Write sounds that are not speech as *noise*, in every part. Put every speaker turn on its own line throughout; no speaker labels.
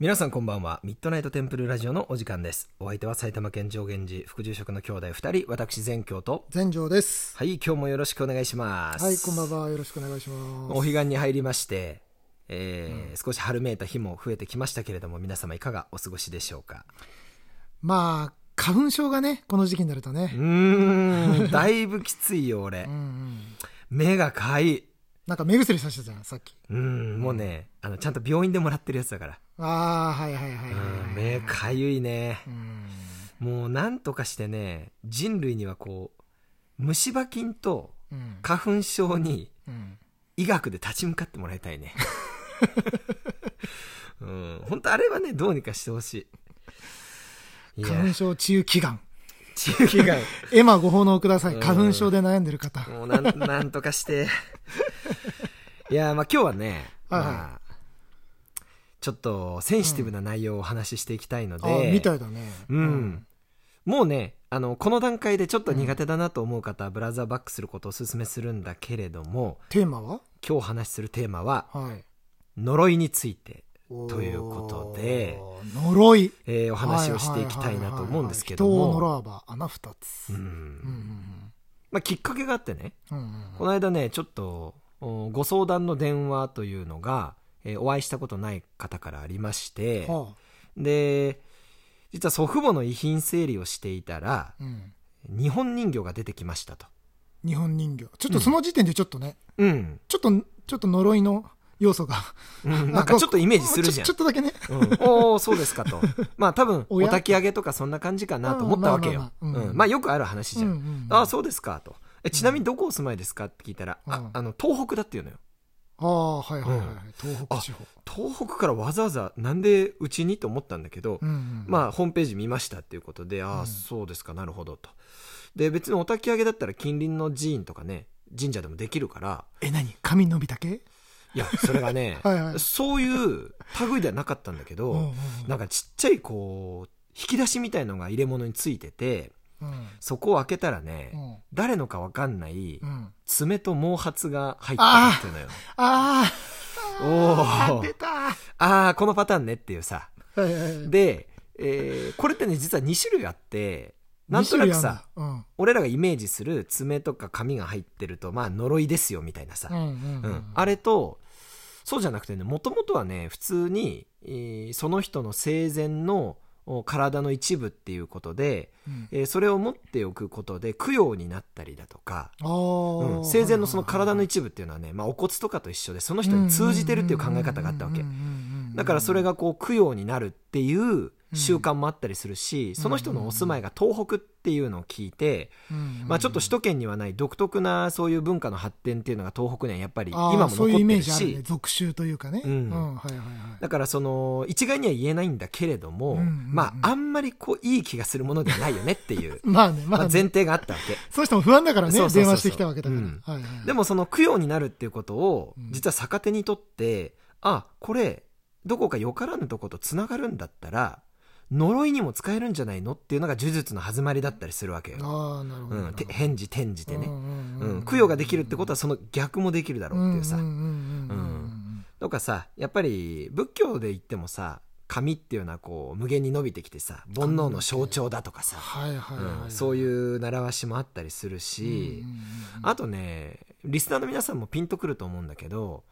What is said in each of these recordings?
皆さんこんばんは。ミッドナイトテンプルラジオのお時間です。お相手は埼玉県上源寺副住職の兄弟二人、私善教と。
全城です。
はい、今日もよろしくお願いします。
はい、こんばんは。よろしくお願いします。
お彼岸に入りまして、えー少し春めいた日も増えてきましたけれども、皆様いかがお過ごしでしょうか。
まあ、花粉症がね、この時期になると
う
ね。
ーん、だいぶきついよ、俺
うん、う。ん。
目がかい。
なんか目薬さしてたじゃん、さっき。
うん、もうね、あの、ちゃんと病院でもらってるやつだから。
ああ、はいはいはい
うん、
はいはい。
目かゆいね。
うん。
もうなんとかしてね、人類にはこう、虫歯菌と
うん。
花粉症に
うん。
医学で立ち向かってもらいたいね。 *laughs* うん、本当あれはね、どうにかしてほしい。いや、
花粉症治癒祈願。
地域が、
エマご奉納くださ
う
い。
ん
花粉症で悩んでる方。
もうなん、 *laughs* なんとかして。いや、まあ今日はね、
はいはい
まあ、ちょっとセンシティブな内容をお話ししていきたいの
あ
で、
あ、みたいだね。
うん。。もうね、あの、この段階でちょっと苦手だなと思う方は、ブラウザーバックすることをお勧めするんだけれども、
テーマは
今日お話しするテーマは、
はい。
呪いについて、
おー
ということで、
呪い。
えーお話をしていきたいなと思うんですけど
はいはいはい
も、
はい人を呪わば穴二つ。
う
うん
ん
うん
まあ、きっかけがあってね、
うん。うん
この間ね、ちょっと、おご相談の電話というのが、えーお会いしたことない方からありまして、
うん。は
で、実は祖父母の遺品整理をしていたら
あ。、うん。
日本人形が出てきましたと。
日本人形。ちょっとその時点でちょっとね、
うん。
ちょっと、ちょっと呪いの要素が。
うんなんかちょっとイメージするじゃん
*laughs* ちょ。ちょっとだけね。
うんおおそうですかと。まあ多分、お
*laughs* 親
焚き上げとかそんな感じかなと思ったわけよ。う
うんまあまあまあうん
んまあよくある話じゃ
うんうんん。うん
ああ、そうですかと。えちなみにどこお住まいですかって聞いたら、
う
あ
ん、
あの、東北だっていうのよ。
ああ、はいはいはい。
うん
東北地方。
東北からわざわざなんでうちにと思ったんだけど
う、んうん、
まあホームページ見ましたっていうことで、あ
う
あ、
ん
そうですか、なるほどと。で、別にお焚き上げだったら近隣の寺院とかね、神社でもできるから、
え、何髪伸びたけ、
いや、それがね
*laughs* はいはい
そういう類ではなかったんだけど、
うんうんうん
なんかちっちゃいこう、引き出しみたいのが入れ物についてて、
うん。
そこを開けたらね、
うん
誰のかわかんない
うん。
爪と毛髪が入ってるっていうのよ。
ああ、
お
出
ー
たは
あー、このパターンねっていうさ。
いはいはい。
で、えーこれってね、実は2種類あって、なんとなくさ、
二種類あんだ、
俺らがイメージする爪とか髪が入ってると、まあ呪いですよみたいなさ。
うん。うんうん
う
うんん。、
あれとそうじゃなくてねもともとはね普通に、えーその人の生前のお体の一部っていうことで、
うん
えーそれを持っておくことで供養になったりだとか、
あー
うん生前のその体の一部っていうのはね、まあ、お骨とかと一緒でその人に通じてるっていう考え方があったわけ
うんうんうんうんうん
だからそれがこう供養になるっていう習慣もあったりするし、その人のお住まいが東北っていうのを聞いて、
うんうんうん
まあ、ちょっと首都圏にはない独特なそういう文化の発展っていうのが東北にはやっぱり
あー
今も残
そういうイ
っ
メ
て
ー
る
ジある
し
ね。俗習というかね。
うん
はいはいはい。
だからその一概には言えないんだけれども、
うんうんうん
まああんまりこういい気がするものではないよねっていう
*laughs* まあね、
ま
まあ
あ
ね
前提があったわけ。
そうしても不安だからね、
そうそうそうそう
電話してきたわけだから。
うん
はいはい、
で
も、
もその供養になるっていうことを
うん
実は逆手にとって、あこれどこかよからぬとことつながるんだったら呪いにも使えるんじゃないのっていうのが呪術の始まりだったりするわけよ。
ああ、なるほど。
うん、て返事転じてね、
ん
うん、供養ができるってことはその逆もできるだろうっていうさ、
んんうんうん
とかさやっぱり仏教で言ってもさ紙っていうのはこう無限に伸びてきてさ煩悩の象徴だとかさ、
はいはいはい、
うんそう
う
いう習わしもあったりするし、あとねリスナーの皆さんもピンとくると思うんだけど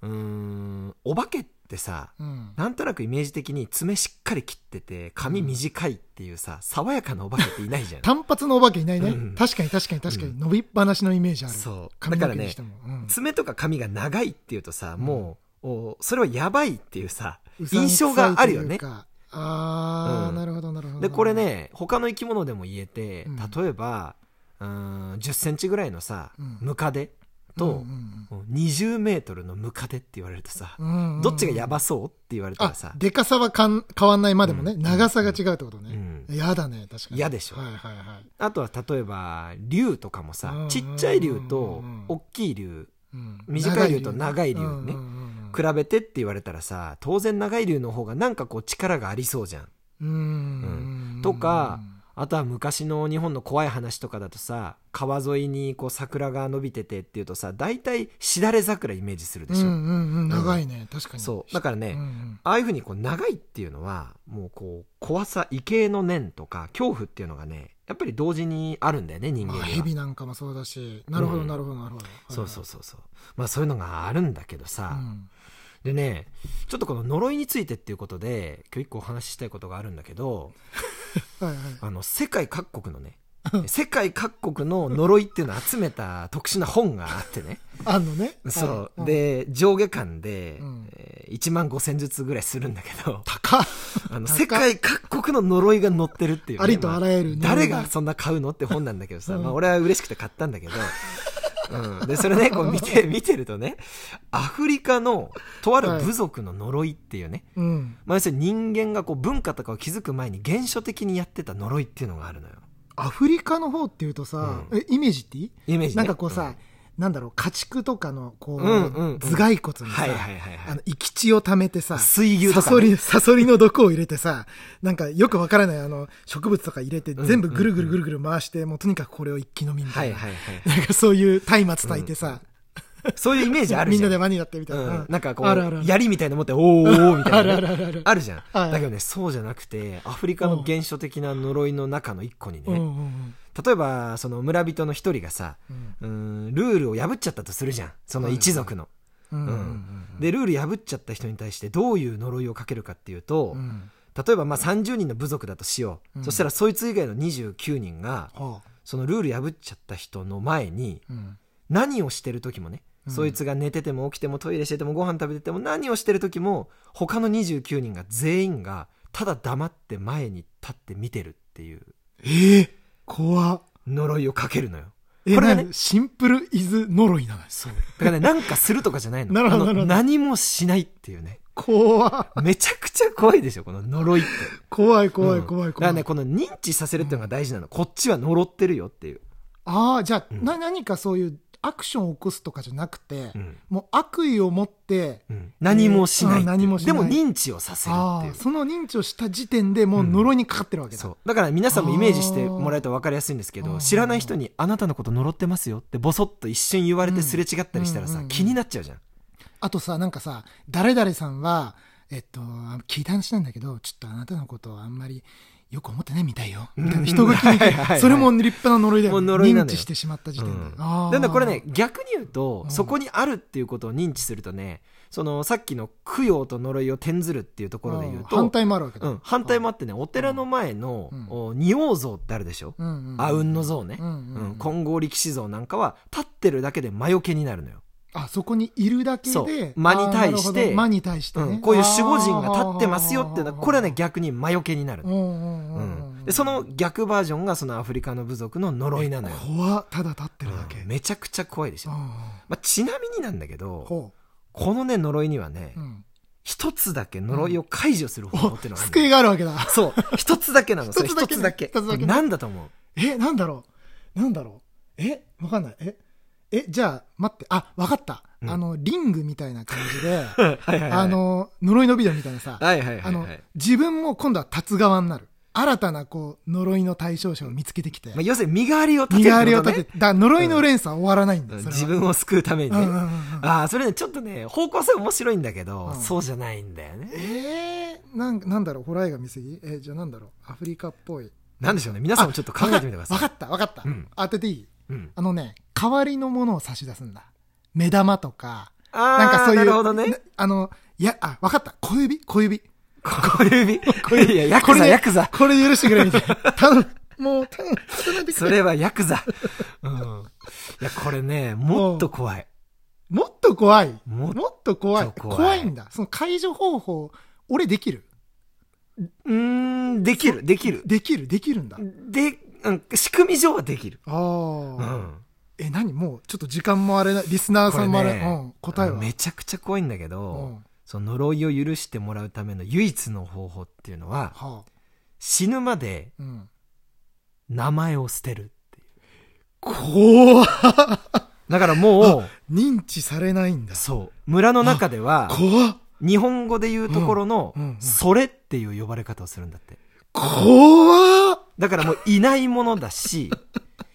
うーんお化けってさ
うんうんうん
なんとなくイメージ的に爪しっかり切ってて髪短いっていうさ爽やかなお化けっていないじゃん
単発のお化けいないね、
うん
確かに確かに確か
う
に伸びっぱなしのイメージある
そう
髪の
だか
毛
らね
にしても、うん
爪とか髪が長いっていうとさもう、おそれはやばいっていうさ
うさんく
印
さい
象があるよね
というかああ、
うん
なるほどなるほど
でこれ、ね他の生き物でも言えて
うん
例えば、うーん、1 0ンチぐらいのさ
うん
ムカデ
う
と
んうん
2 0トルのムカデって言われるとさ
うんうんうん
どっちがやばそうって言われたらさ
あでかさはかん変わんないまでもね、
うん
長さが違うってことね、
う
やだね確かに
嫌でしょ
はいはいはい、
あとは例えば竜とかも
うんう
さ
んうん
ちっちゃい竜と大きい竜短い竜と長い竜ね比
く
べてって言われたらさ当然長い竜の方がなんかこう力がありそうじゃん。
うんうんうんうん
とかあとは昔の日本の怖い話とかだとさ川沿いにこう桜が伸びててっていうとさ大体しだれ桜イメージするで
う
し
ん
ょ、
うんうん長いね確かに
そうだからね、
うんうん
ああいうふうにこう長いっていうのはもうこう怖さ畏敬の念とか恐怖っていうのがねやっぱり同時にあるんだよね人間
ま
に
あ
は、
蛇なんかもそうだしなるほ
う
ど
ん
なるほどなるほどはいはい
そうそうそうそうまあそういうのがあるんだけどさ、
うん
でねちょっとこの呪いについてっていうことで今日一個お話ししたいことがあるんだけど
はいはい
あの世界各国のね世界各国の呪いっていうのを集めた特殊な本があって
*laughs*
ね
あんのね
そう、
はいん
で上下巻で、
うん
えー1万5000ずつぐらいするんだけど
高っ
あの
高っ
世界各国の呪いが載ってるっていうね、
ありとあらゆる
まあ
呪
誰
いが
がそんな買うのって本なんだけどさ、
うん
まあ、俺は嬉しくて買ったんだけど、うん、でそれねこう見
*laughs*
て見てるとねアフリカのとある部族の呪いっていうね、
うん
まあ、要するに人間がこう文化とかを築く前に原初的にやってた呪いっていうのがあるのよ
アフリカの方っていうとさ
う
えイメージっていい
イメージ、ね、
なんかこうさ、なんだろう家畜とかのこう、
うんうんうん
頭蓋骨
うん
に
はい
さ
はいはいは
あ
い
の生き血を溜めてさ
水牛とかね
サソリサソリの毒を入れてさなんかよくわからないあの植物とか入れて
ん
全部ぐるぐるぐるぐる回して、もうとにかくこれを一気飲みみた
はいい
な、
はいはい
なんかそういう松明炊いてさ、
そういうイメージある
みん
じゃ
なんで輪になってみたいな、
うん、なんかこ
あるあるあ
う
る
槍みたいなの持っておーおーおーみたいな、ね、
あるあるあるある
あるじゃん、
はい
だけどねそうじゃなくてアフリカの原初的な呪いの中の一個にね、
うんうんうん
例えばその村人の一人がさ
うん
うーんルールを破っちゃったとするじゃんその一族の、
うんうん
でルール破っちゃった人に対してどういう呪いをかけるかっていうと、
うんうん
例えばまあ30人の部族だとしよう、
うん
そしたらそいつ以外の29人が
はあ
そのルール破っちゃった人の前に
うん
何をしてる時もね、そいつが寝てても起きてもトイレしててもご飯食べてても何をしてる時も他の29人が全員がただ黙って前に立って見てるっていう
ええ怖っ
呪いをかけるのよ
え
これがね
なんかシンプルイズ呪いなのよ
そうだからねなんかするとかじゃないの
なるほど
あの
なるほど
何もしないっていうね
怖っ
めちゃくちゃ怖いでしょこの呪いって
怖い怖い
うん
怖い
だか
怖
ら
い、
ねこの認知させるっていうのが大事なの、こっちは呪ってるよっていう、
ああじゃあ、
うん
な何かそういうアクションを起こすとかじゃなくて、
うん
もう悪意を持って
うん何もしないっていう
うん何もしない
でも認知をさせるっ
あ
ていう
ーその認知をした時点でもう呪いにかかってるわけだ、
そうだから皆さんもイメージしてもらえると分かりやすいんですけ
あ
ど
ー
知らない人に「あなたのこと呪ってますよ」ってボソッと一瞬言われてすれ違ったりしたらさ、
うんうんうんうん
気になっちゃうじゃん、
あとさなんかさ誰々さんはえっと聞いた話なんだけどちょっとあなたのことをあんまりよく思ってないみたいよみたいな人が聞
う
い
んはいはいは
て
い
それも立派な呪いだよ、ね、
もう呪いな
認
のよ
知してしまった時点で、
うん
あー
だからこれね逆に言うと、
うん
そこにあるっていうことを認知するとねそのさっきの供養と呪いを転ずるっていうところで言うと
ん反対もあるわけだ、
うん、反対もあってねお寺の前の、
うん
お仁王像ってあるでしょ、
うんうんうん
あうんの像ね、
うんうんうん
うん金剛力士像なんかは立ってるだけで魔除けになるのよ
あそこにいるだけ
そう
で
間に対して
あーなるほど間に対して、ね
うん、こういう守護神が立ってますよっていうのはこれはね逆に魔除けになる
う、んうんう
うん
うん
ん、でその逆バージョンがそのアフリカの部族の呪いなのよ、
怖っだ立ってるだけ、
うんめちゃくちゃ怖いでしょ、
うん
ま
うん
あ、ちなみになんだけど
ほ
このね呪いにはね
う、うん、
一、つだけ呪いを解除する方法っていうのがある
救いがあるわけだ
そう一つだけなのそれ一
*laughs* 一
つ
つ
だ
だ
け
け一つだけ
なんだと思う
えなんだろうなんだろうえわかんないええじゃあ待ってあわかった、
うん
あのリングみたいな感じで
*laughs* はいはいはい
あの呪いのビデオみたいなさ、
はいはいはいはい
あの自分も今度は立つ側になる新たなこう呪いの対象者を見つけてきて、
まあ、要するに身代わりを立て
身
る
代わりを
ってことね
立てて、だから呪いの連鎖は終わらないんだ、
うん
それは
自分を救うためにね、
うんうんうんうん
ああそれねちょっとね方向性面白いんだけど、
うん
そうじゃないんだよね
えー、なんなんだろうホラー映画見すぎえーじゃあなんだろうアフリカっぽい
なんでしょうね皆さんもちょっと考えてみてください
わかったわかった、
うん
当てていい
うん、
あのね代わりのものを差し出すんだ目玉とか
あー
なんかそういう
なるほどね
なあのいやあわかった小指小指
小指
小指
いやヤク
これ
ザ
で
ヤクザ
これ許してくれみたいな *laughs* 頼むもう頼む頼んでく
そ
れ
れはヤクザ、うん、いやこれねもっと怖い
もっと怖い
もっ
もっと怖い
もっと怖
怖
い
いんだその解除方法俺できる
うーんできるできる
できるできるんだ
で、うん、仕組み上はできる、
ああ、
うん、
え何もうちょっと時間もあれなリスナーさんもあれ
これね
うん、答えは
めちゃくちゃ怖いんだけど、
うん
その呪いを許してもらうための唯一の方法っていうのは
はあ
死ぬまで
うん
名前を捨てるっていう
怖っ
だからもう
認知されないんだ
そう村の中では
怖っ
日本語で言うところの
うんうんう
「
ん
それ」っていう呼ばれ方をするんだって
怖っ
だからもういないものだ
*laughs*
し、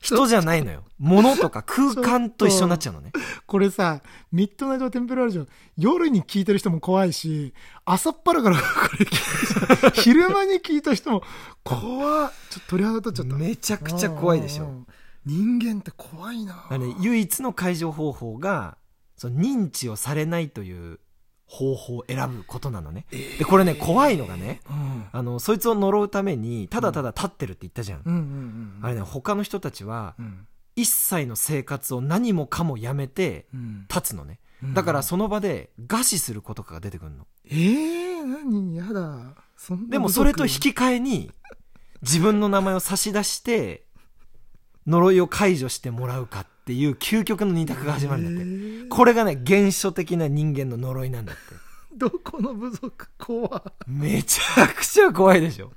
人じゃないのよ。物とか空間と一緒になっちゃうのね。
これさ、ミッドナイトテンプルラジオ、夜に聞いてる人も怖いし、朝っぱらから *laughs* これ聞いてる人昼間に聞いた人も、怖っちょっと鳥肌立っちゃった。
めちゃくちゃ怖いでし
うんう
ょ。
ん人間って怖いな
あのね唯一の解除方法が、その認知をされないという方法を選ぶことなのね。で、これね、怖いのがね、
うん
あの、そいつを呪うために、ただただ立ってるって言ったじゃん。
うんうんうん。
あれね、他の人たちは
う、ん
一切の生活を何もかもやめて、
うん
立つのね。
うん
だからその場で餓死することかが出てくるの。
えー、何やだ。そんな
でもそれと
無
引
力
き換えに、自分の名前を差し出して、呪いを解除してもらうかっていう究極の二択が始まるんだ
え
って。
ー
これがね、原初的な人間の呪いなんだって。
どこの部族怖い。
めちゃくちゃ怖いでしょ。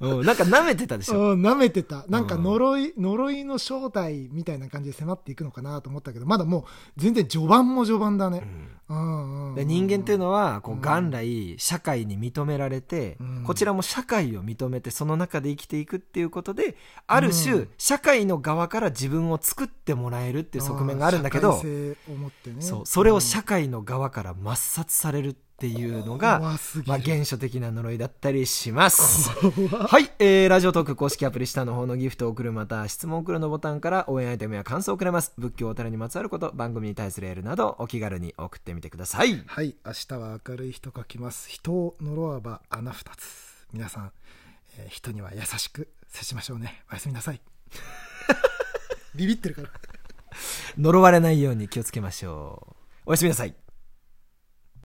うん、なんか舐めてたでしょ。
うん、舐めてた。なんか呪い、呪いの正体みたいな感じで迫っていくのかなと思ったけど、まだもう全然序盤も序盤だね。うんうん
で人間っていう
の
のはこ
うん
う元来社会に認められて
うん
こちらも社会を認めてその中で生きていくっていうことである
う
種
ん
社会の側から自分を作ってもらえるっていう側面があるんだけど
社会性を持ってね。
そうそれを社会の側から抹殺されるっていうのが、
怖すぎ
まあ、
る。 *laughs*
原初的な呪いだったりします。 *laughs* はい、えーラジオトーク公式アプリ下の方のギフトを送るまた質問を送るのボタンから応援アイテムや感想をくれます仏教お寺にまつわること番組に対するエールなどお気軽に送ってみてください。
はい、明日は明るい日と書きます。人を呪わば穴二つ。皆さん、えー人には優しく接しましょうね。おやすみなさい。ビビってるから。
呪われないように気をつけましょう。おやすみなさい。